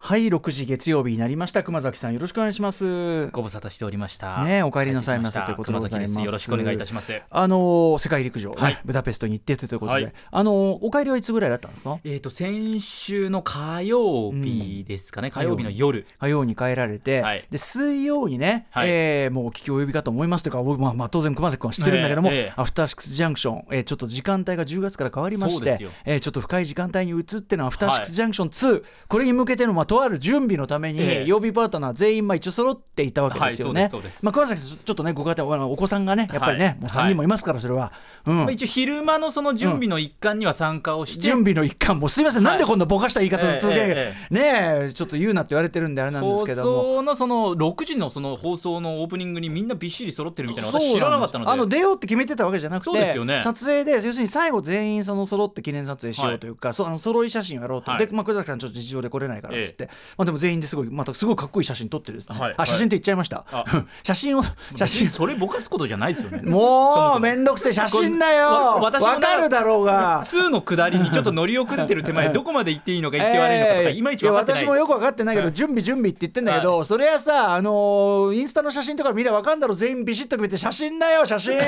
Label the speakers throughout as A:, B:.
A: はい6時月曜日になりました熊崎さんよろしくお願いします
B: ご無沙汰しておりました。
A: ねお帰りなさいませ
B: 帰ってき
A: ということでございます
B: 熊崎ですよろしくお願いいたします。
A: あのー世界陸上、ね
B: はい
A: ブダペストに行っててということで、
B: はい
A: あのーお帰りはいつぐらいだったんですか
B: えー、と先週の火曜日ですかね、火曜日の夜、
A: 火曜に帰られて、
B: はい
A: で水曜にね、
B: はい
A: えーもうお聞き及びかと思いますというか、僕まあまあ、当然熊崎君は知ってるんだけども、
B: ええええ
A: アフターシックスジャンクション、えーちょっと時間帯が10月から変わりまし
B: そうで
A: て
B: すよ、
A: えーちょっと深い時間帯に移ってのアフターシックスジャンクション2、これに向けての、まあ、とある準備のために、
B: ええ
A: 曜日パートナー全員、まあ、一応揃っていたわけですよね。
B: はいそうですそうです
A: まあ、熊崎さん、ちょっとね、ご家庭、あのお子さんがね、やっぱりね、
B: はい
A: もう3人もいますから、それは。うん
B: まあ一応昼間のその準備の一環には参加をして、
A: 準備の一環もすいません、
B: はい
A: なんでこんなぼかした言い方ずっとね、
B: ええ
A: ねえちょっと言うなって言われてるんであれなんです
B: 放
A: けども
B: 送のその6時のその放送のオープニングにみんなびっしり揃ってるみたいなの私
A: そう
B: 知ら
A: な
B: なんか
A: です
B: ったので
A: あの出ようって決めてたわけじゃなくて
B: そうですよね
A: 撮影で要するに最後全員その揃って記念撮影しようというか、そうあの揃い写真をやろうと、
B: はい
A: で、まあ、小崎さんちょっと事情で来れないからっつって、まあ、でも全員ですごいまたすごいかっこいい写真撮ってるですね、
B: はい
A: あ写真って言っちゃいました、
B: あ
A: 写真を写
B: 別に
A: 真
B: それぼかすことじゃないですよね
A: もう
B: め
A: めんどくせえ写真だよ
B: わ
A: わ
B: 私もな
A: かるだろうが
B: 2の下りにちょっと乗り遅れてる手前どこまで行っていいのか行って悪いのかとか、
A: ええ
B: いまいち分かってない
A: や私もよく分かってないけど、
B: うん
A: 準備準備って言ってんだけど、それはさあのーインスタの写真とか見れば分かんだろ全員ビシッと決めて 写真だよ写真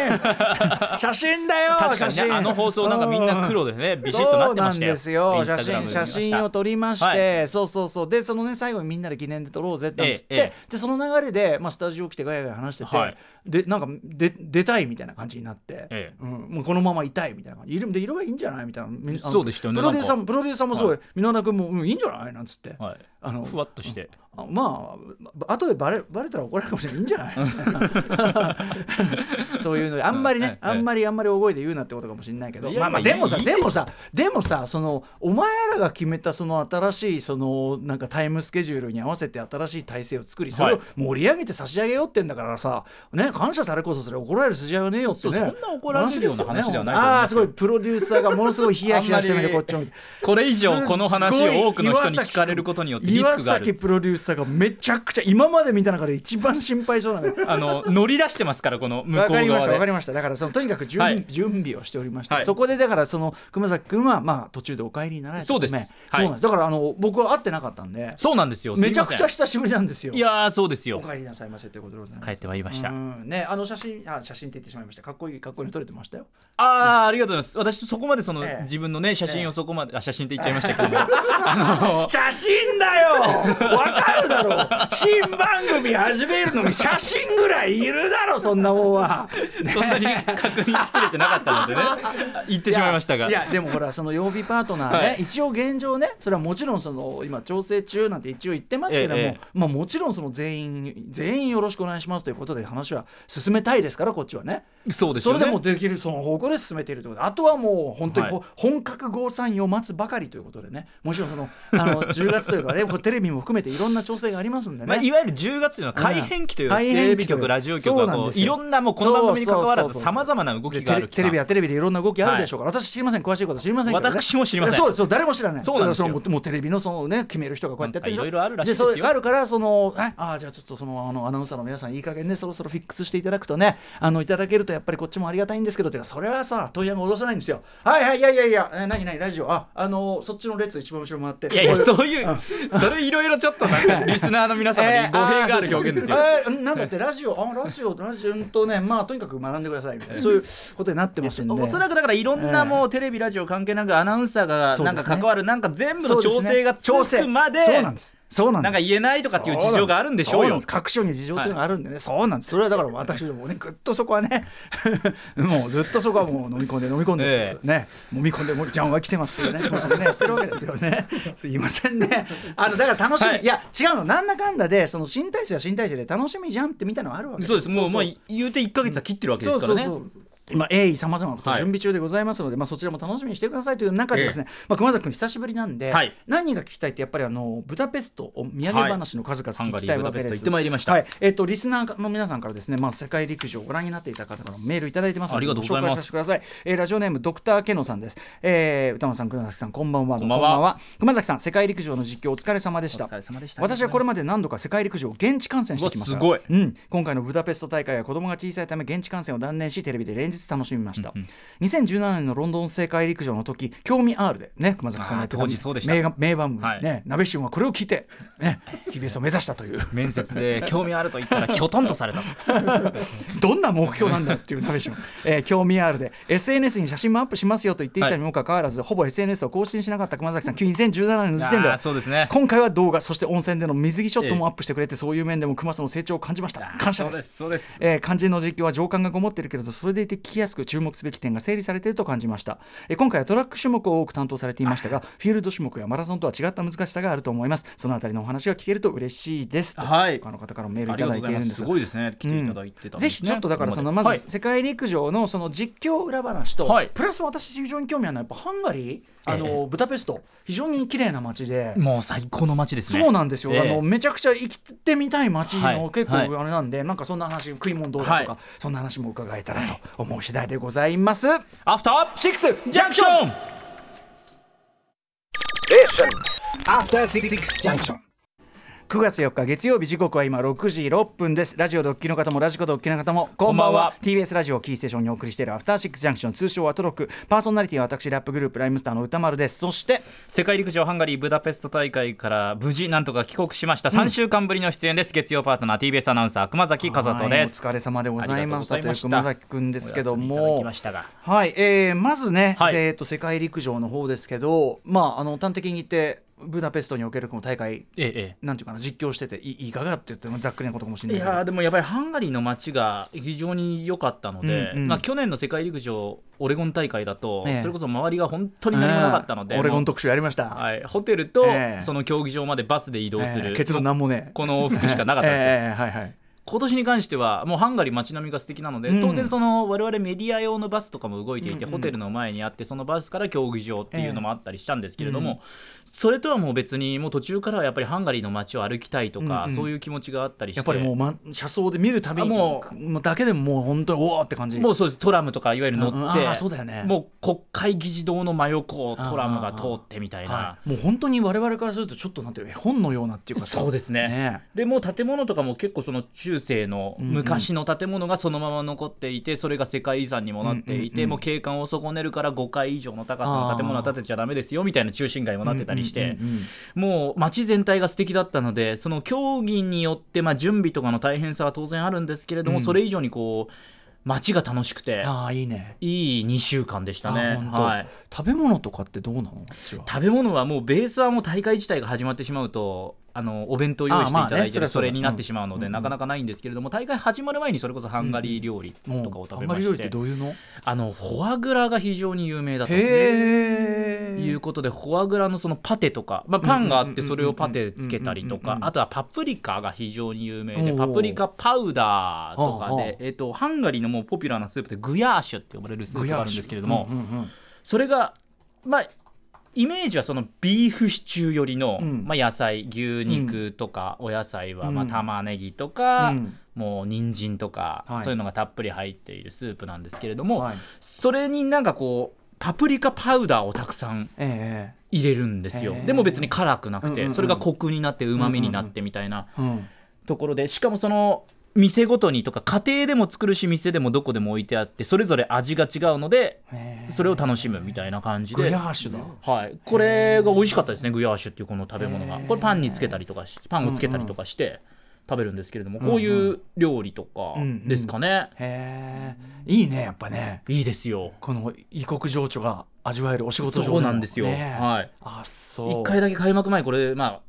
A: 写真だよ
B: 確か
A: 写
B: にね
A: 真
B: あの放送なんかみんな黒でねビシッとなってました
A: そうなんで
B: よ
A: すよ
B: イン
A: 写真
B: スタグラムで見ま
A: 写
B: した
A: 真を撮りまして、
B: は
A: そうそうそうでそのね最後にみんなで記念で撮ろうぜってなんつって、
B: えええ
A: でその流れで、まあ、スタジオ来てガヤガヤ話してて、
B: はい
A: でなんかで出たいみたいな感じになって、
B: ええ
A: うん、もうこのままいたいみたいな感じいるで色がいいんじゃないみたいなみんあの
B: そうでしたよね
A: プロデューサー
B: な
A: もプロデューサーもすごい、箕輪君も、うん、いいんじゃないなんつって、
B: はい
A: あの
B: ふわっとして
A: あまあ後でバレバレたら怒られるかもしれないいいんじゃ ないそういうのであんまりね、
B: はいはい
A: あんまりあんまり大声で言うなってことかもしれないけど
B: いや
A: まあまあ
B: いや
A: でもさ
B: いい
A: でもさでもさそのお前らが決めたその新しいそのなんかタイムスケジュールに合わせて新しい体制を作りそれを
B: はい
A: 盛り上げて差し上げようってんだからさ、ね、感謝されこそそれ怒られる筋合いはねえよってね
B: そうそんな怒られるような話ではないと思いますよ
A: ああーすごいプロデューサーがものすごいヒヤヒヤしてみてこっちを見て。
B: これ以上この話を多
A: すご
B: くの人に
A: い岩崎
B: 聞かれることによってリスクがあ
A: 岩崎
B: る
A: プロデューサーがめちゃくちゃ今まで見た中で一番心配そうなの
B: あの乗り出してますからこの向こ
A: わか
B: う側
A: りましたわか
B: で
A: りましただからそのとにかく準,、
B: はい
A: 準備をしておりまして、
B: はい
A: そこでだからその熊崎君はまあ途中でお帰りになられたため
B: そうです
A: そうなん
B: は
A: ですだからあの僕は会ってなかったんで
B: そうなんですよ
A: めちゃくちゃ
B: す
A: 久しぶりなんです
B: い
A: よ
B: ませんいやーそうです
A: お
B: よ
A: 帰りなさいませということでございます
B: 帰ってまいりました
A: うんねあの写真あ写真って言ってしまいましたかっこいいかっこいいの撮れてましたよ
B: ああありがとうございます私そこまでその
A: ええ
B: 自分のね写真をそこまであ写真って言っちゃいましたけどもあの
A: 写真だよわかるだろ新番組始めるのに写真ぐらいいるだろそんなもんは
B: そんなに確認しきれてなかった のでね言ってしまいましたが
A: いやいやでもほらその曜日パートナーね、
B: は
A: 一応現状ねそれはもちろんその今調整中なんて一応言ってますけども、
B: ええええ
A: まあ、もちろんその全員全員よろしくお願いしますということで話は進めたいですからこっちはね
B: そうです
A: そ
B: よ
A: れ
B: ね
A: でもうできるその方向で進めているということであとはもう本当にこう、
B: は
A: 本格534を待つばかりということでねもちろんそのあの 10月というのはねこうテレビも含めていろんな調整がありますんでね。
B: まあ、いわゆる10月というのは改変期という
A: うん
B: か
A: 改変期
B: テレビ局ラジオ局
A: そ
B: が
A: うな
B: こ
A: んで
B: う
A: すよ
B: いろんなもうこの番組に関わ
A: そうそ
B: ら
A: うそう
B: ず
A: そう
B: さまざまな動き
A: で
B: があ
A: テ
B: る
A: レテレビ
B: は
A: はテレビでいろんな動きあるでしょうから、私知りません詳しいことは知りませんから、ね、
B: 私も知りません
A: そうですそう誰も知らない
B: そうなんですよ
A: れはそのもうテレビのそのね決める人がこうやってやってるでしょ
B: なんかいろいろあるらしいですよ
A: でそうあるからそのああじゃあちょっとそのあのアナウンサーの皆さんいい加減ねそろそろフィックスしていただくとねあのいただけるとやっぱりこっちもありがたいんですけどてかそれはさ問屋が脅さないんですよはいはいいやいやいやえ何何ラジオああのそっちの列一番後ろ回って
B: いやいや
A: こう
B: そういうそれいろいろちょっとな んかリスナーの皆様に語弊がある表現ですよ、
A: えーあーそうそうえーなんだってラジオあラジオラジオうんとねまあとにかく学んでくださいみたいなそういうことになってますんで
B: おそらくだからいろんなもうテレビラジオ関係なくアナウンサーが
A: そう
B: な
A: で
B: ん
A: すね
B: か関わるなんか全部
A: そ
B: の
A: うで
B: 調
A: すね
B: 整がつくまで
A: そうなんですそうなんで
B: な
A: す
B: んか言えないとかっていう事情があるんでしょ
A: そうな
B: よ
A: です各所に事情っていうのがあるんでね、そうなんですそれはだから私どもねぐっとそこはね もうずっとそこはもう飲み込んで飲み込んで、
B: え
A: ね飲み込んでもうジャンは来てますと いうね気持ちでねやってるわけですよねすいませんねあのだから楽しみ、
B: はい
A: い、や違うのなんだかんだでその新体制は新体制で楽しみじゃんってみたいなのはあるわけ
B: そうですもう
A: そ
B: まあ言うて1か月は切ってるわけで
A: そ
B: す
A: うそ
B: か
A: う
B: らね
A: そう今鋭意さまざまなこと
B: はい
A: 準備中でございますので、まあ、そちらも楽しみにしてくださいという中でですね、まあ、熊崎君久しぶりなんで、
B: はい
A: 何が聞きたいってやっぱりあのブダペストお土産話の数々
B: ハン
A: 聞
B: ガ
A: き
B: リ
A: たい
B: ーブ
A: わ
B: ダ
A: け
B: ペ
A: で
B: ス
A: す、
B: ト行ってまいりました、
A: はいえっとリスナーの皆さんからですね、まあ、世界陸上をご覧になっていた方からのメールいただいてますので
B: ありがとうございます
A: 紹介させてください、えーラジオネームドクターケノさんです、えー、歌間さん熊崎さんこんばんは
B: こんばんは
A: 熊崎さん世界陸上の実況お疲れ様でした
B: お疲れ様でした
A: 私はこれまで何度か世界陸上を現地観戦してきました
B: うわすごい
A: うん、今回のブダペスト大会は子供が小さいため現地観戦を断念しテレビで連日日楽しみました、
B: うんうん
A: 2017年のロンドン世界陸上の時興味 R でね熊崎さんがやってた
B: あー当時そうでした
A: 名が名番組、
B: はい
A: ね鍋旬はこれを聞いて、ね、TBS を目指したという
B: 面接で興味あると言ったらきょとんとされたと
A: どんな目標なんだっていうナビション、えー興味あるで SNS に写真もアップしますよと言っていたにもかかわらず、ほぼ SNS を更新しなかった熊崎さん2017年の時点で
B: あー
A: は
B: そうですね
A: 今回は動画そして温泉での水着ショットもアップしてくれて、そういう面でも熊さんの成長を感じました感謝
B: そう
A: で
B: ですすそうです
A: えー肝心の実況は情感がこもってるけれどそれでいて聞きやすく注目すべき点が整理されていると感じました、えー今回はトラック種目を多く担当されていましたがフィールド種目やマラソンとは違った難しさがあると思いますそのあたりのお話が聞けると嬉しいですと
B: はい
A: 他の方からもメール
B: あ
A: い
B: り
A: た
B: がと
A: だ
B: う
A: いている
B: ございま
A: ん
B: す
A: です
B: す
A: が
B: ごいですね来ていただいてたんですね
A: ぜひちょっとだからそのま
B: はい
A: ず世界陸上のその実況裏話と、
B: はい
A: プラス私非常に興味あるのはやっぱハンガリーあの、
B: え
A: ブダペスト非常に綺麗な街で。
B: もう最高の街ですね
A: そうなんですよ、
B: ええ
A: あのめちゃくちゃ生きてみたい街の、
B: はい
A: 結構あ
B: は
A: れ
B: い
A: なんで、なんかそんな話食い物どうだとか、
B: は
A: そんな話も伺えたらと思う次第でございます。
B: アフター
A: シックス
B: ジャンクション
C: After Six Junction.
A: 9月4日月曜日時刻は今6時6分ですラジオドッキリの方もラジコドッキリの方もこんばんは
B: こんばんは
A: TBS ラジオをキーステーションにお送りしているアフターシックスジャンクション通称はトロックパーソナリティは私ラップグループライムスターの歌丸ですそして
B: 世界陸上ハンガリーブダペスト大会から無事なんとか帰国しました3週間ぶりの出演です、月曜パートナー TBS アナウンサー熊崎和人です
A: はいお疲れ様でございました
B: あり
A: と
B: が
A: い
B: とうございま
A: う
B: した
A: 熊崎くんですけど
B: お休みいただ
A: も
B: きましたが
A: はい、えーまずね、
B: はい
A: えー、と世界陸上の方ですけど、まあ、あの端的に言ってブダペストにおけるこの大会
B: ええ
A: なんていうかな実況してていいかがって言ってもざっくりなことかもし
B: い
A: れないけど
B: やーでもやっぱりハンガリーの街が非常に良かったので、
A: うんうん
B: まあ、去年の世界陸上オレゴン大会だと、
A: ええ
B: それこそ周りが本当に何もなかったので、
A: うんオレゴ
B: も
A: ン
B: う
A: 特集やりました、
B: はい、ホテルと
A: ええ
B: その競技場までバスで移動する、
A: えー結論なんもね
B: この往復しかなかったんですよ。
A: えーはいはい
B: 今年に関してはもうハンガリー街並みが素敵なので、
A: うん
B: 当然その我々メディア用のバスとかも動いていて、
A: うんうん
B: ホテルの前にあってそのバスから競技場っていうのもあったりしたんですけれども、
A: え
B: それとはもう別にもう途中からはやっぱりハンガリーの街を歩きたいとか、
A: うんうん
B: そういう気持ちがあったりして
A: やっぱりもう、ま、車窓で見るたびに
B: あも
A: もうだけでももう本当におおって感じ
B: もうそうですトラムとかいわゆる乗
A: うんうん
B: っ
A: あ
B: て、
A: ーそうだよね
B: もう国会議事堂の真横をトラムが通ってみたいな、
A: はい、もう本当に我々からするとちょっとなんていうの絵本のようなっていうかさ
B: そうですね
A: ね
B: でもう建物とかも結構その中世の
A: うんうん
B: 昔の建物がそのまま残っていてそれが世界遺産にもなってい
A: うんうんう
B: て
A: ん
B: もう景観を損ねるから5階以上の高さの建物は建てちゃダメですよみたいな中心街もなってたりし
A: うん
B: て
A: うんうんうん
B: もう街全体が素敵だったのでその競技によってまあ準備とかの大変さは当然あるんですけれど
A: う
B: も
A: ん
B: それ以上にこう街が楽しくて
A: ああいいね
B: いい2週間でした
A: あ
B: ね
A: ー。本当
B: はい
A: 食べ物とかってどうなのこっちは
B: 食べ物はもうベースはもう大会自体が始まってしまうとあのお弁当用意していた
A: あまあ
B: だ
A: ね
B: い
A: そ
B: て
A: り
B: る
A: ゃそ
B: そう
A: だ
B: れになってしまうの
A: う
B: で
A: ん
B: なかなかないんですけれども大会始まる前にそれこそハンガリー料理
A: もう
B: とかを食べま
A: あんまり料
B: し
A: 理って
B: て
A: どういうの
B: あのフォアグラが非常に有名だと
A: へ
B: いう
A: え
B: ことでフォアグラのそのパテとかまあパンがあってそれをパテつけたり
A: う
B: と
A: んうんうんうんうんうんう
B: か
A: ん
B: あとはパプリカが非常に有名
A: お
B: で
A: う
B: パプリカパウダーとか
A: はあはあ
B: でえっとハンガリーのもうポピュラーなスープでグヤーシュって呼ばれるスープがあるんですけれども
A: うんうん
B: それがまあイメージはそのビーフシチュー寄りの、
A: うん
B: まあ、野菜牛肉とかお野菜は、
A: うん
B: まあ、玉ねぎと
A: うん
B: か、
A: うん
B: もう人参とか、
A: はい
B: そういうのがたっぷり入っているスープなんですけれども、
A: はい
B: それになんかこうパプリカパウダーをたくさん
A: え
B: 入れるんですよ
A: へー
B: でも別に辛くなく
A: うん
B: て、
A: うんうん
B: それがコクになってうまみになってみたいな
A: えうん
B: ところでしかもその店ごとにとか家庭でも作るし店でもどこでも置いてあってそれぞれ味が違うので
A: へえ
B: それを楽しむみたいな感じで
A: グヤーシュだ
B: はい、これが美味しかったですねグヤーシュっていうこの食べ物が
A: へー
B: これパンにつけたりとかしパンをつけたりとかして食べるんですけれども、こういう料理とかですかね、
A: へえいいねやっぱね
B: いいですよ
A: この異国情緒が味わえるお仕事上
B: そうなんですよ、
A: ねえ
B: はい
A: あそう
B: 一回だけ開幕前これまあ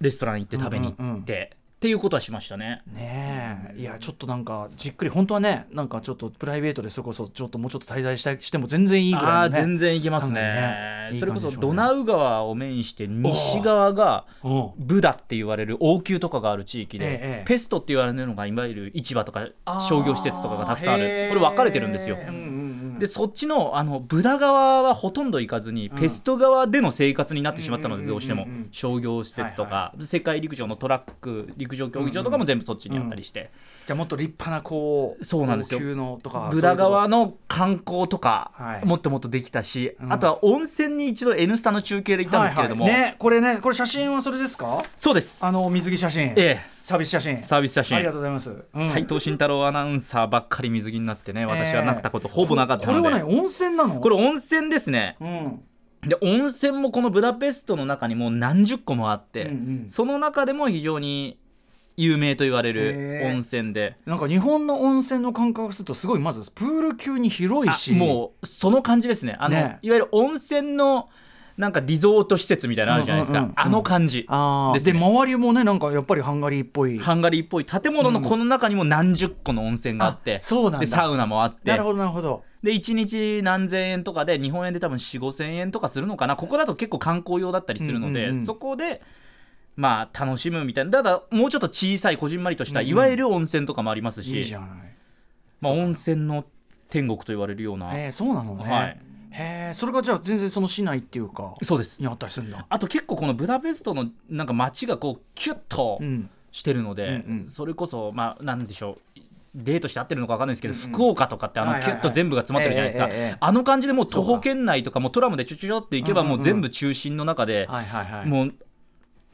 B: レストラン行って食べに行って、
A: うんうんうん
B: っていうことはしましたね
A: ねえいやちょっとなんかじっくり本当はねなんかちょっとプライベートでそれこそちょっともうちょっと滞在したいしても全然いいぐ
B: あ
A: ら
B: あ
A: いのね
B: 全然行けますね
A: なんかねいい
B: それ
A: 感
B: こ
A: じでしょうね
B: そドナウ川をメインして西側が
A: うん
B: ブダって言われる王宮とかがある地域で、
A: ええ
B: ペストって言われるのがいわゆる市場とか
A: あー
B: 商業施設とかがたくさんある
A: へえ
B: これ分かれてるんですよ。
A: うんうんうん
B: でそっちのあのブダ側はほとんど行かずに、ペスト側での生活になってしまったの
A: うんう
B: で
A: んうんうん
B: どうしても、商業施設とか、世界陸上のトラック陸上競技場とかも全部そっちにあったりして、
A: じゃあもっと立派なこう
B: そうなんですよ
A: 高級のとか
B: ブダ側
A: の
B: の観光とか、
A: はい
B: もっともっとできたし、
A: うん
B: あとは温泉に一度「N スタ」の中継で行ったんですけれども、
A: ねこれねこれ写真はそれですか
B: そうです
A: あの水着写真
B: ええ
A: サービス写真。
B: サービス写真
A: ありがとうございます。うん
B: 斉藤慎太郎アナウンサーばっかり水着になってね私はなったことほぼなかった
A: これ
B: ので、
A: はね、温泉なの
B: これ温泉ですね
A: うん。
B: で温泉もこのブダペストの中にもう何十個もあって、
A: うんうん
B: その中でも非常に有名と言われる
A: へー
B: 温泉で、
A: なんか日本の温泉の感覚をするとすごいまずプール級に広い
B: あ
A: し
B: もうその感じですねあの
A: ね
B: いわゆる温泉のなんかリゾート施設みたいなのあるじゃないです
A: う
B: か、
A: んうんうんうん
B: あの感じ
A: あー
B: ですね
A: で周りもねなんかやっぱりハンガリーっぽい
B: ハンガリーっぽい建物のこの中にも何十個の温泉があって、
A: あそうなんだ
B: でサウナもあって
A: なるほどなるほど
B: で1日何千円とかで日本円で多分4 5千円とかするのかなここだと結構観光用だったりするの
A: う
B: で、
A: んうんうん
B: そこでまあ楽しむみたいなただもうちょっと小さいこじんまりとした、いわゆる温泉とかもありますし
A: いいじゃない
B: まあ、温泉の天国と言われるような、
A: えー、そうなのね、
B: はい
A: へえそれがじゃあ全然その市内っていうか
B: そうです
A: にあったりするんだ
B: あと結構このブダペストのなんか街がこうキュッと
A: うん
B: してるので、
A: うんうん
B: それこそまあなんでしょう例として合ってるのか分かんないですけど、福岡とかってあ
A: は
B: の
A: い
B: キ
A: はいは
B: ュ
A: い
B: ッと全部が詰まってるじゃないです
A: え
B: か、
A: えええええ
B: あの感じでもう徒歩圏内とかもうトラムでちょちょちょって行けば
A: うんうん
B: も
A: うん
B: う全部中心の中で、
A: はいはいはい
B: もう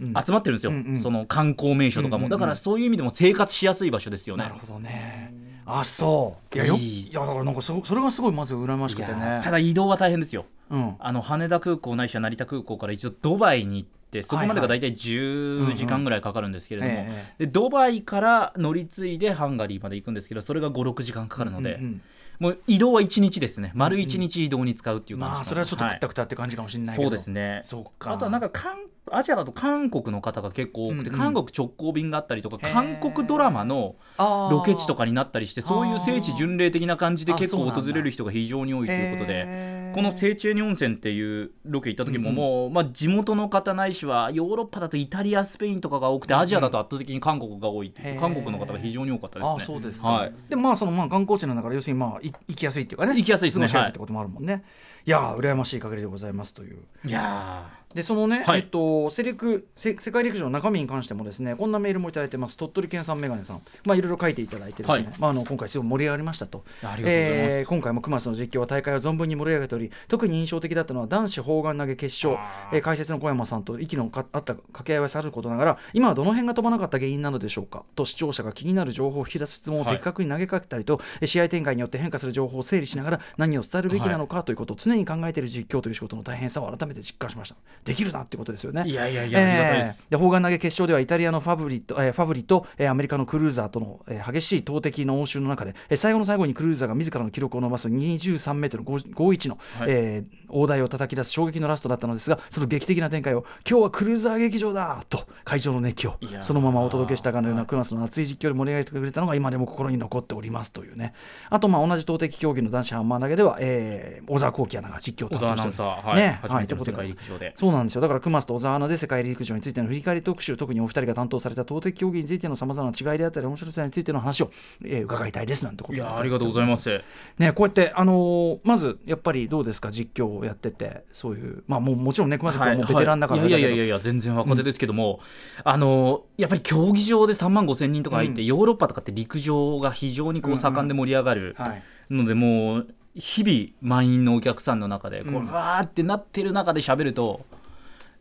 A: うん
B: 集まってるんですよ、
A: うんうん
B: その観光名所とか
A: うんうんう
B: も、
A: ん
B: だからそういう意味でも生活しやすい場所ですよね。
A: なるほどねあそういやよ
B: いい
A: いやだからなんかそそれがすごいまず羨ましくて
B: いや
A: ね
B: ーただ移動は大変ですよ
A: うん
B: あの羽田空港ないしは成田空港から一度ドバイに行ってそこまでが大体10時間ぐらいかかるんですけれども、
A: うんうんえええ
B: でドバイから乗り継いでハンガリーまで行くんですけどそれが56時間かかるので、
A: うんうん
B: もう移動は1日ですね丸1日移動に使うっていう
A: ま
B: 感じなの
A: あ
B: で
A: それはちょっと
B: は
A: くっ
B: い
A: たくたって感じかもしれないけ
B: そ
A: ど
B: うですね
A: そっか
B: あとはなんか韓アジアだと韓国の方が結構多くて、
A: うんうん
B: 韓国直行便があったりとか
A: へー
B: 韓国ドラマのロ
A: ロ
B: ケ地とかになったりしてそういう聖地巡礼的な感じで
A: あー
B: 結
A: あそ
B: 構
A: うなん
B: 訪
A: だ
B: れる人が非常に多いということで。
A: へー
B: この聖地エニ温泉っていうロケ行った時
A: う
B: も
A: んうん
B: もう、まあ、地元の方ないしはヨーロッパだとイタリアスペインとかが多くてアジアだと圧倒的に韓国が多いっていう
A: へー
B: 韓国の方が非常に多かったですね。
A: ああそうですか、
B: はい、
A: でもまあそのまあ観光地なんだから要するにまあい行きやすいっていうかね
B: 行きやすいです
A: 過
B: ね
A: ごしやすいってこともあるもんね、い、やー羨ましい限りでございますという
B: いやー
A: でそのね、
B: はい
A: えっと、世陸せ世界陸上の中身に関してもですねこんなメールもいただいてます鳥取県産メガネさん、まあ、いろいろ書いていただいてですね、
B: はい
A: まあ、あの今回すごい盛り上がりましたと
B: ありがとうございます
A: ー今回も熊瀬の実況は大会を存分に盛り上げており特に印象的だったのは男子砲丸投げ決勝
B: あ、ー
A: えー解説の小山さんと息のかあった掛け合いはさることながら今はどの辺が飛ばなかった原因なのでしょうかと視聴者が気になる情報を引き出す質問を
B: はい
A: 的確に投げかけたりと、えー試合展開によって変化する情報を整理しながら何を伝えるべきなのかということを常に考えている実況という仕事の大変さを改めて実感しましたできるなってことですよね
B: いやいやいやありがたいです
A: えーで砲丸投げ決勝ではイタリアのファブリと、えーファブリと、えーアメリカのクルーザーとの、えー激しい投擲の応酬の中で、えー最後の最後にクルーザーが自らの記録を伸ばす23メートル51の、
B: はい
A: えー大台を叩き出す衝撃のラストだったのですがその劇的な展開を今日はクルーザー劇場だと会場の熱気を
B: いやー
A: そのままお届けしたかのようなクラスの熱い実況で盛り上げてくれたのが今でも心に残っておりますというねあとまあ同じ投擲競技の男子ハンマー投げでは、えー小沢光輝アナが実況
B: 小
A: と
B: 沢アナウンサー、はい
A: ね
B: 初めて
A: はいということ
B: の世
A: で
B: 界陸上で。
A: そうなんですよだから熊須と小沢アナで世界陸上についての振り返り特集特にお二人が担当された投擲競技についてのさまざまな違いであったり面白さについての話を、えー伺いたいですなんてこと
B: い
A: で
B: やーありがとうございます。
A: ねこうやって、あのーまずやっぱりどうですか実況をやっててそういうまあもうもちろんね熊須君はもうベテランだからあ
B: はい
A: れ
B: い
A: だけ
B: やい
A: ど、
B: やいやいや全然若手ですけども、あのやっぱり競技場で3万5千人とかいて、ヨーロッパとかって陸上が非常にこ
A: うんう
B: うん盛んで盛り上がる
A: はい
B: ので、もう日々満員のお客さんの中でこう
A: うん
B: わーってなってる中で喋ると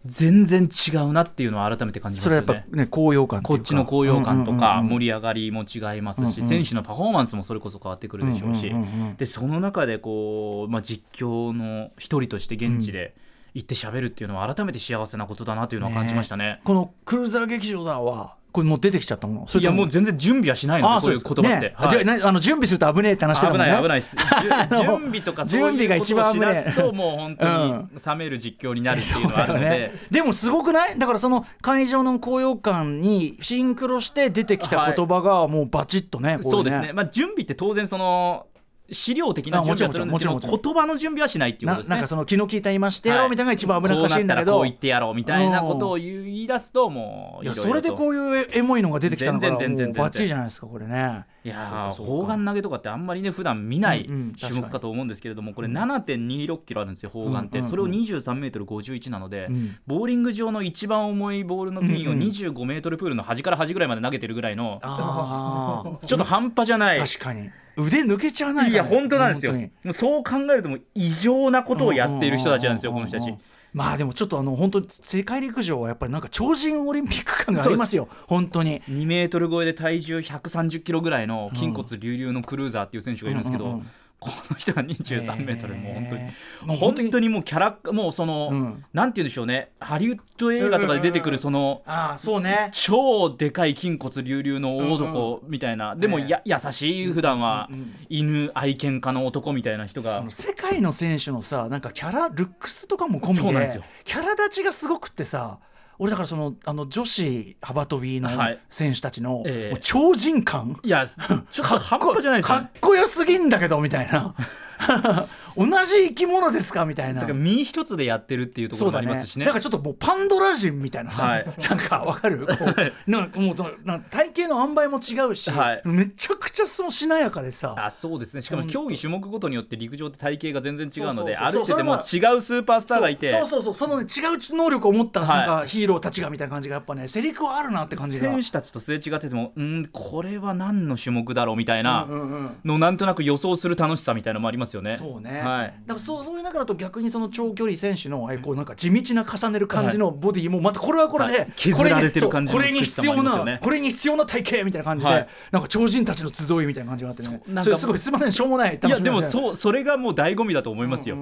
B: 全然違うなっていうのは改めて感じます
A: そ
B: よ
A: れ
B: ね。
A: はやっぱね高揚感て
B: こ
A: いう
B: っ
A: か
B: ちの高揚感と
A: うんう
B: か
A: んうんうん
B: 盛り上がりも違いますし、
A: うんうん
B: 選手のパフォーマンスもそれこそ変わってくるでしょうし、
A: うんうんうんうん
B: でその中でこう、まあ、実況の一人として現地で行って喋るっていうのは改めて幸せなことだなというのは感じましたね。
A: このクルーザー劇場だはこれもう出てきちゃったものそ
B: いやもう
A: う
B: 全然準備はしないの
A: あ
B: で
A: あ
B: こう
A: そうで
B: い
A: す
B: う言葉って、
A: ね
B: はい
A: あじゃあなあの準備すると危ねえって話してた
B: 危
A: もんね
B: ない危ないですじゅ
A: の
B: 準備とかそう
A: 準備
B: い
A: が
B: うこ
A: 一
B: とを
A: 番危
B: し
A: ねえ
B: だすともう本当に冷める実況になるっていうのがあるので、
A: でもすごくないだからその会場の高揚感にシンクロして出てきた言葉がもうバチッとね,、こ
B: そうですね、まあ、準備って当然その資料的な準備はするんです
A: あ
B: けど
A: もちろんもちろんもちろん
B: 言葉の準備はしないっていうこ
A: な
B: とですね。
A: なんかその気の利いた言いましてやろ
B: は
A: うみたいなのが一番危なっかしいんだけど、
B: こうなったらこう
A: い
B: 言ってやろうみたいなことを言い出すともうい
A: や
B: ろいろ
A: それでこういうエモいのが出てきたのからも
B: 全然全然全
A: う
B: 然
A: バッチリじゃないですかこれね
B: いや
A: そうか
B: ー
A: そうか
B: 砲丸投げとかってあんまりね普段見ない
A: うんうん確かに
B: 種目かと思うんですけれども、これ7.26キロあるんですよ砲丸って、
A: うんうんうん
B: それを23メートル51なので、
A: うん
B: ボーリング場の一番重いボールのピンを
A: うんうん
B: 25メートルプールの端から端ぐらいまで投げてるぐらいの、
A: あ
B: ちょっと半端じゃない
A: ー確かに腕抜けちゃわないか
B: い
A: ら
B: や本当なんですよ
A: 本当に
B: もうそう考えるともう異常なことをやっている人たちなんですよこの人たち
A: まあでもちょっとあの本当に世界陸上はやっぱりなんか超人オリンピック感がありますよ本当に
B: 2メートル超えで体重130キロぐらいの筋骨隆々のクルーザーっていう選手がいるんですけど、
A: うんうんうん
B: この人が23メートルもう本当に
A: へー
B: 本当にもうキャラもうその、
A: うん
B: なんて言うんでしょうねハリウッド映画とかで出てくるその
A: ああそうね
B: 超でかい筋骨隆々の大男みたいな、でもや優しい普段は犬愛犬家の男みたいな人
A: そ
B: が
A: の世界の選手のさなんかキャラルックスとかも込
B: そう
A: み
B: なん
A: で
B: ですよ
A: キャラ立ちがすごくってさ俺だからそのあの女子幅跳びの
B: はい
A: 選手たちの、
B: ええ
A: もう超人感、
B: い やちょっと半端じゃないです
A: か
B: よ、
A: っこよすぎんだけどみたいな 同じ生き物ですかみたいな
B: だから身一つでやってるっていうとこ
A: そ
B: ろ
A: う
B: も
A: だ
B: あり
A: ね
B: ますしね
A: なんかちょっともうパンドラ人みたいなさ、
B: はい
A: なんかわかるこうなんかもうとなんか体型の塩梅も違うし、
B: はい
A: めちゃくちゃそのしなやかでさ
B: あそうですねしかも
A: 本当
B: 競技種目ごとによって陸上って体型が全然違うので
A: そうそうそう
B: 歩いてても違
A: そ
B: うスーパースターがいて
A: そうそうそうそうその、ね、違う能力を持った
B: は
A: ないんかヒーローたちがみたいな感じがやっぱねセリフはあるなって感じが
B: 選手たちとすれ違っててもうんこれは何の種目だろうみたいな
A: うんうんうん
B: のなんとなく予想する楽しさみたいなのもありますよね。
A: そうね、
B: はい
A: だからそうそういう中だと逆にその長距離選手のああいうこうなんか地道な重ねる感じのボディもまたこれはこれで、
B: はい削られてる感じの
A: これに
B: 美し
A: そ
B: さ
A: うこ
B: も
A: れに必要
B: ありますよね
A: なこれに必要な体型みたいな感じで、
B: はい
A: なんか超人たちの集いみたいな感じがあってね
B: そうなんか
A: それすごいすみませんしょうもない
B: いやでも
A: う
B: そうそれがもう醍醐味だと思いますよ、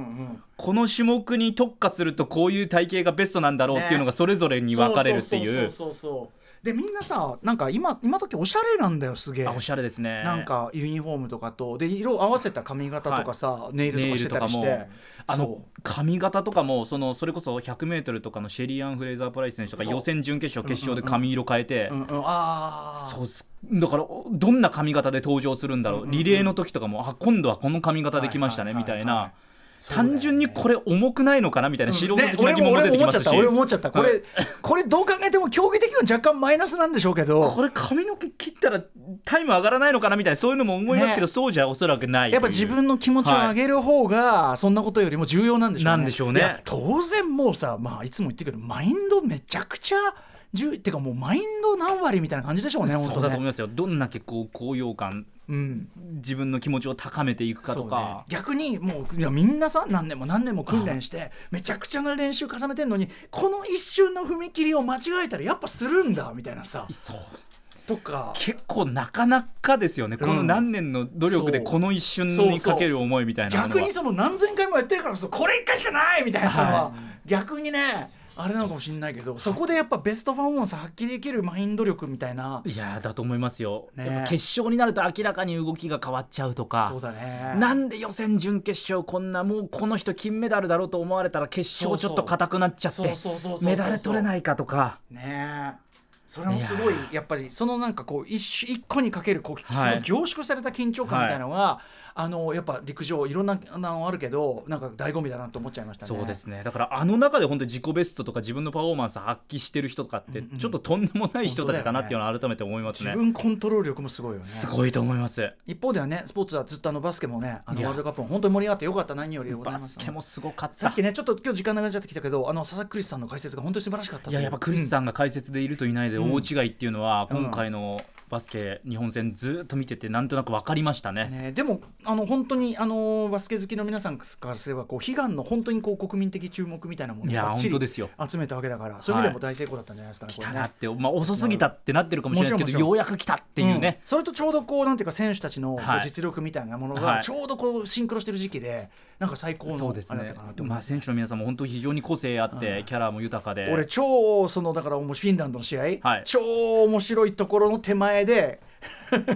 B: この種目に特化するとこういう体型がベストなんだろうっていうのがそれぞれに分かれるってい
A: そうそ
B: う
A: うそうそうそうでみんなさなんか今今時おしゃれなんだよすげえ
B: あおしゃれですね
A: なんかユニフォームとかとで色合わせた髪型とかさ、ネイルと
B: ネ
A: か
B: イ
A: し
B: ル
A: てた
B: とか
A: りし
B: も
A: て
B: あ
A: そ
B: の
A: う
B: 髪型とかもそのそれこそ 100m とかのシェリーアン・フレイザー・プライス選手とか
A: そう
B: 予選準決勝決勝で髪色変えて
A: うんうん、ああ
B: そうすだからおどんな髪型で登場するんだろうリレーの時とかもあ今度はこの髪型できましたね
A: はいは
B: み
A: いはい
B: た
A: はい
B: いな
A: そうだよね
B: 単純にこれ重くないのかなみたいな素人
A: ね
B: 的な
A: 俺
B: 疑問
A: も
B: も
A: 俺
B: 出
A: も思っ
B: てきま
A: ちゃっ
B: すした
A: 俺も思っちゃったこれ、
B: はい
A: これどう考えても競技的には若干マイナスなんでしょうけど
B: これ髪の毛切ったらタイム上がらないのかなみたいなそういうのも思いますけど
A: ね
B: そうじゃおそらくない
A: やっぱ自分の気持ちを上げる方がそんなことよりも重要なんでしょうね。
B: なんでしょうね
A: いや当然もうさ、まあ、いつも言ってるけどマインドめちゃくちゃ重ってかもうマインド何割みたいな感じでしょうね本
B: そう
A: 当
B: だと思い
A: ね。
B: ますよどんだけこう高揚感
A: うん
B: 自分の気持ちを高めていくかと
A: そうね
B: か、
A: 逆にもういやみんなさ何年も何年も訓練してめちゃくちゃな練習重ねてんのにこの一瞬の踏み切りを間違えたらやっぱするんだみたいなさ
B: そう
A: とか
B: 結構なかなかですよね、この何年の努力で
A: そう
B: この一瞬にかける思いみたいなものは
A: 逆にその何千回もやってるからこそこれ一回しかないみたいなのは、逆にねあれなのかもしれないけどそこでやっぱベストファンをさ発揮できるマインド力みたいない
B: やーだと思いますよ、
A: ね
B: やっぱ決勝になると明らかに動きが変わっちゃうとか
A: そうだね
B: なんで予選準決勝こんなもうこの人金メダルだろうと思われたら決勝ちょっと硬くなっちゃって
A: そうそうそうそうそうそう
B: メダル取れないかとか
A: ねえそれもすごい
B: いや
A: やっぱりそのなんかこう一種一個にかけるこう、
B: はい
A: その凝縮された緊張感みたいなのは、あのやっぱ陸上いろんなあのあるけどなんか醍醐味だなと思っちゃいましたね。
B: そうですねだからあの中で本当に自己ベストとか自分のパフォーマンス発揮してる人とかってちょっととんでもない人たちだなっていうのは改めて思いますね
A: 自分コントロール力もすごいよね。
B: すごいと思います
A: 一方ではねスポーツはずっとあのバスケもねあの
B: いや
A: ワールドカップも本当に盛り上がってよかった何よりでござい
B: バ
A: ます。
B: スケもすごかっ
A: さ
B: た
A: っきねちょっと今日時間なくなっちゃってきたけどあの佐々木クリスさんの解説が本当に素晴らしかったと
B: いややっぱクリスさんが解説でいるといないで大違いっていうのは、今回のバスケ日本戦ずっと見ててなんとなく分かりましたね。
A: ね、でもあの本当にあのバスケ好きの皆さんからすればこう悲願の本当にこう国民的注目みたいなもの
B: いや
A: ばっちり
B: 本当ですよ
A: 集めたわけだからそういう意味でも大成功だったんじゃないですかね。
B: 来
A: これ
B: た
A: ね
B: なって、まあ、遅すぎたってなってるかもしれないです
A: も
B: けど
A: ちろん
B: ようやく来たっていうね
A: ん、それとちょうどこうなんていうか選手たちのこう
B: はい
A: 実力みたいなもの
B: は
A: が
B: い
A: ちょうどこうシンクロしてる時期でなんか最高の
B: そうです
A: あれだ
B: ね
A: ったかなと思い
B: ま
A: ま
B: あ、
A: す。
B: 選手の皆さんも本当非常に個性あって、キャラも豊かで
A: 俺超そのだからもうフィンランドの試合、
B: はい
A: 超面白いところの手前 で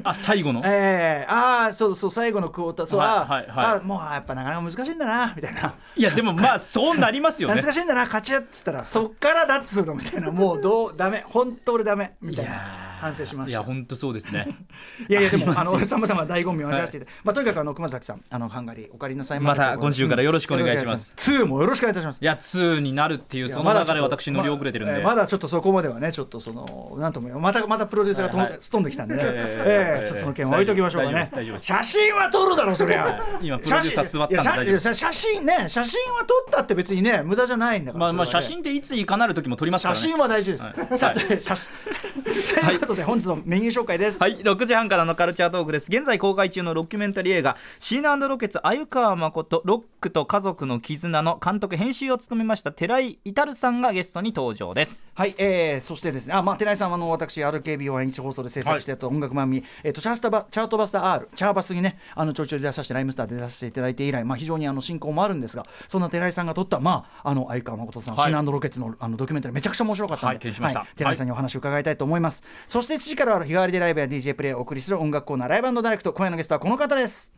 B: あ最後の
A: ええああそうそう最後のクォーターそう、
B: はい
A: あ
B: はい
A: ー
B: はい
A: あーもうやっぱなかなか難しいんだなみたいな。
B: いやでもまあそうなりますよね
A: 難。しいんだな勝ちやっつったらそっからだっつうのみたいなもうどう ダメ本当俺ダメみたいな反省しま
B: い
A: し
B: や
A: た
B: 本当そうですね。
A: いやいやで
B: ありま
A: も
B: す
A: あのさんまさま醍醐味を味わわせていただいてまあとにかくあの熊崎さんあのハンガリーお帰りなさいませ
B: また
A: ということで
B: 今週からよろしくお願いします
A: うんよろしくお願いします2もよろしくお願いいたします
B: いや2になるっていう
A: いや
B: そ
A: ま
B: の
A: だち
B: 流れ
A: ょっと
B: 私乗り遅れてるんで、
A: まあえーまだちょっとそこまではねちょっとそのなんとも言えまたまたプロデューサーがとも
B: はいはい
A: すっ飛んできたんでね
B: えー
A: えーちょっとその件は置いときましょうか
B: 大丈夫で
A: ね
B: す大丈夫です
A: 写真は撮るだろそりゃ
B: 今プロデューサー座ったん
A: 写真
B: で
A: いや
B: 大丈夫です
A: 写写真ね写真は撮ったって別にね無駄じゃないんだから
B: まあまあ
A: それ
B: 写
A: はね
B: 真っていついかなる時も撮りますから
A: 写
B: ね。
A: 真は大事です。
B: い
A: さて、写真。
B: は
A: と
B: い
A: いうことことで本日のメニュー紹介です。
B: はい6時半からのカルチャートークです現在公開中のロキュメンタリー映画「シーナロケツ鮎川誠ロックと家族の絆」の監督編集を務めました寺井至さんがゲストに登場です
A: はい、えー、そしてですね、あ、まあ、寺井さんはあの私、RKB を毎日放送で制作してた音楽番組、えっ、と、チャースタバ、チャートバスター R、チャーバスにね、あの、ちょいちょい出させて、ライムスターで出させていただいて以来、まあ、非常にあの、進行もあるんですが、そんな寺井さんが撮った、まあ、あの、相川誠さん、
B: はい
A: シーナロケッツのあのドキュメンタリー、めちゃくちゃ面白かったん
B: は
A: で、
B: い検証しました
A: 寺井さんにお話を伺いたいと思います。そして、7時からは日替わりでライブや DJ プレイをお送りする音楽コーナー、ライブダイレクト、今夜のゲストはこの方です。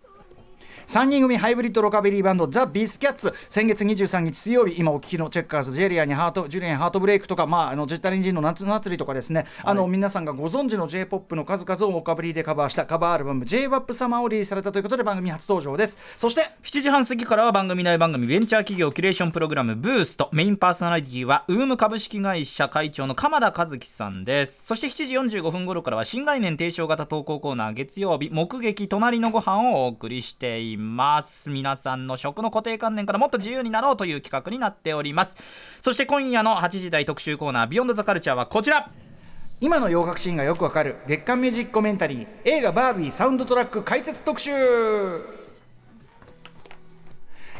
A: 3人組ハイブリッドロカビリーバンドザ・ビスキャッツ先月23日水曜日今お聞きのチェッカーズジェリアにハートジュリアンハートブレイクとか、まあ、あのジェッタリンジンの夏祭りとかですね、あの皆さんがご存知の j p o p の数々をロカビリーでカバーしたカバーアルバム j w a p サマーオリーされたということで番組初登場ですそして
B: 7時半過ぎからは番組内番組ベンチャー企業キュレーションプログラムブーストメインパーソナリティはウーム株式会社会長の鎌田和樹さんですそして7時45分頃からは新概念提唱型投稿コーナー月曜日目撃隣のご飯をお送りしています皆さんの食の固定観念からもっと自由になろうという企画になっておりますそして今夜の8時台特集コーナービヨンドザカルチャーはこちら
A: 今の洋楽シーンがよくわかる月刊ミュージックコメンタリー映画「バービー」サウンドトラック解説特集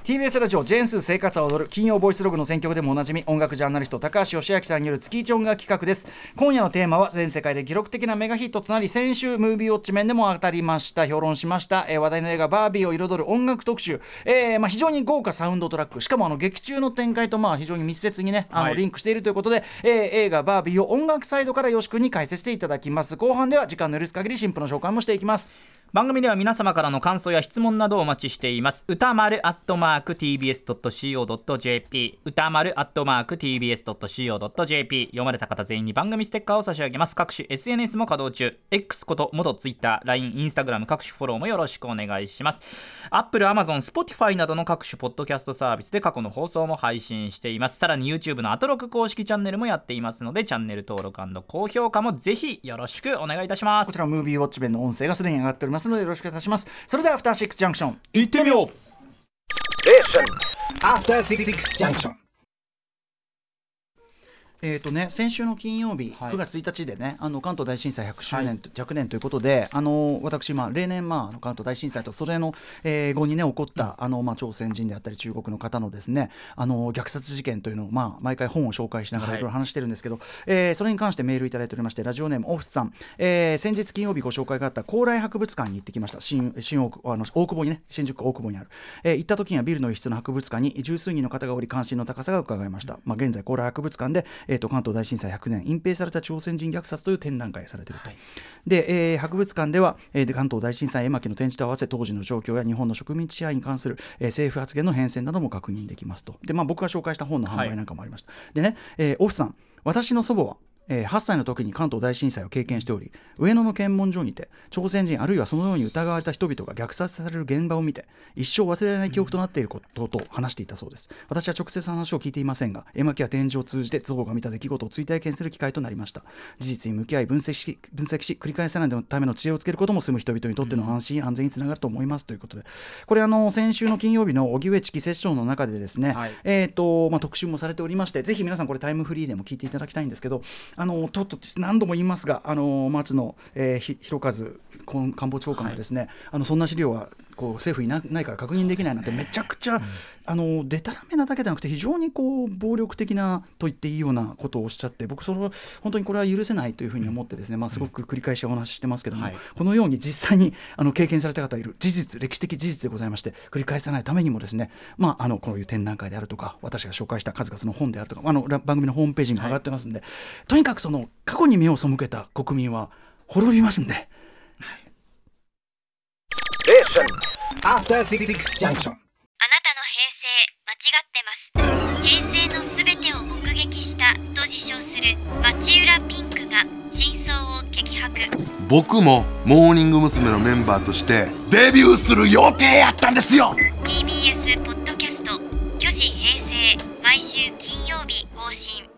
A: TBS ラジオ「ジェーンスー生活は踊る」金曜ボイスログの選曲でもおなじみ音楽ジャーナリスト高橋義明さんによる月一音楽企画です今夜のテーマは全世界で記録的なメガヒットとなり先週ムービーウォッチ面でも当たりました評論しました、えー話題の映画「バービー」を彩る音楽特集、えーまあ、非常に豪華サウンドトラックしかもあの劇中の展開とまあ非常に密接にねあ
B: は
A: の
B: い
A: リンクリンクしているということで、えー映画「バービー」を音楽サイドからよし君に解説していただきます後半では時間の許す限り新婦の紹介もしていきます
B: 番組では皆様からの感想や質問などをお待ちしています歌丸アットマーク TBS.CO.JP 歌丸アットマーク TBS.CO.JP 読まれた方全員に番組ステッカーを差し上げます各種 SNS も稼働中 X こと元 TwitterLINE インスタグラム各種フォローもよろしくお願いします Apple、Amazon、Spotify などの各種ポッドキャストサービスで過去の放送も配信していますさらに YouTube のアトロク公式チャンネルもやっていますのでチャンネル登録高評価もぜひよろしくお願いいたしま
A: こち
B: す
A: らムービーウォッチ弁の音声がすでに上がっておりますのでよろしくお願いしますそれではアフターシックスジャンクション
B: 行ってみよう
C: After Six Junction.
A: えーとね、先週の金曜日、
B: い
A: 9月1日でねあの関東大震災100周年、100年ということであの私、まあ、例年、まああの、関東大震災とそれの、えー後に、ね、起こったあの、まあ、朝鮮人であったり中国の方のですねあの虐殺事件というのを、まあ、毎回本を紹介しながら
B: はい
A: いろいろ話してるんですけど、えーそれに関してメールいただいておりましてラジオネームオフスさん、えー先日金曜日ご紹介があった高麗博物館に行ってきました新新大久保あの大久保にね新宿大久保にある、えー行った時にはビルの一室の博物館に十数人の方がおり関心の高さが伺いました、まあ、現在高麗博物館で、えー、と関東大震災100年隠蔽された朝鮮人虐殺という展覧会がされていると、で、えー博物館では、えーで関東大震災絵巻の展示と合わせ当時の状況や日本の植民地支配に関する、えー政府発言の変遷なども確認できますとで、まあ、僕が紹介した本の販売なんかもありました、でね、えーオフさん私の祖母はえー8歳の時に関東大震災を経験しており上野の検問所にて朝鮮人あるいはそのように疑われた人々が虐殺される現場を見て一生忘れられない記憶となっていることと話していたそうです私は直接話を聞いていませんが絵巻や展示を通じて祖母が見た出来事を追体験する機会となりました事実に向き合い分析し分析し繰り返さないための知恵をつけることも住む人々にとっての安心安全につながると思いますということでこれあの先週の金曜日の荻上チキセッションの中でですね、
B: はい
A: えーとまあ、特集もされておりまして、ぜひ皆さん、これ、タイムフリーでも聞いていただきたいんですけど、あのとっと何度も言いますが、あの松野、えー、ひ広和官官房長官がですね、あのそんな資料はこう政府になないから確認できないなんて、めちゃくちゃ、あのでたらめなだけではなくて、非常にこう暴力的なと言っていいようなことをおっしゃって、僕、それは本当にこれは許せないというふうに思って、ですね、まあ、すごく繰り返しお話ししてますけども、
B: はい
A: このように実際にあの経験された方がいる事実歴史的事実でございまして繰り返さないためにもですね、まあ、あのこういう展覧会であるとか私が紹介した数々の本であるとかあのら番組のホームページにも上がってますんで、とにかくその過去に目を背けた国民は滅びますんで
C: After Six Junction.
D: あなたの平成間違ってます平成のすべてを目撃したと自称する町浦ピンクが真相を激白
E: 僕もモーニング娘。のメンバーとしてデビューする予定やったんですよ
D: TBS ポッドキャスト「巨子平成」毎週金曜日更新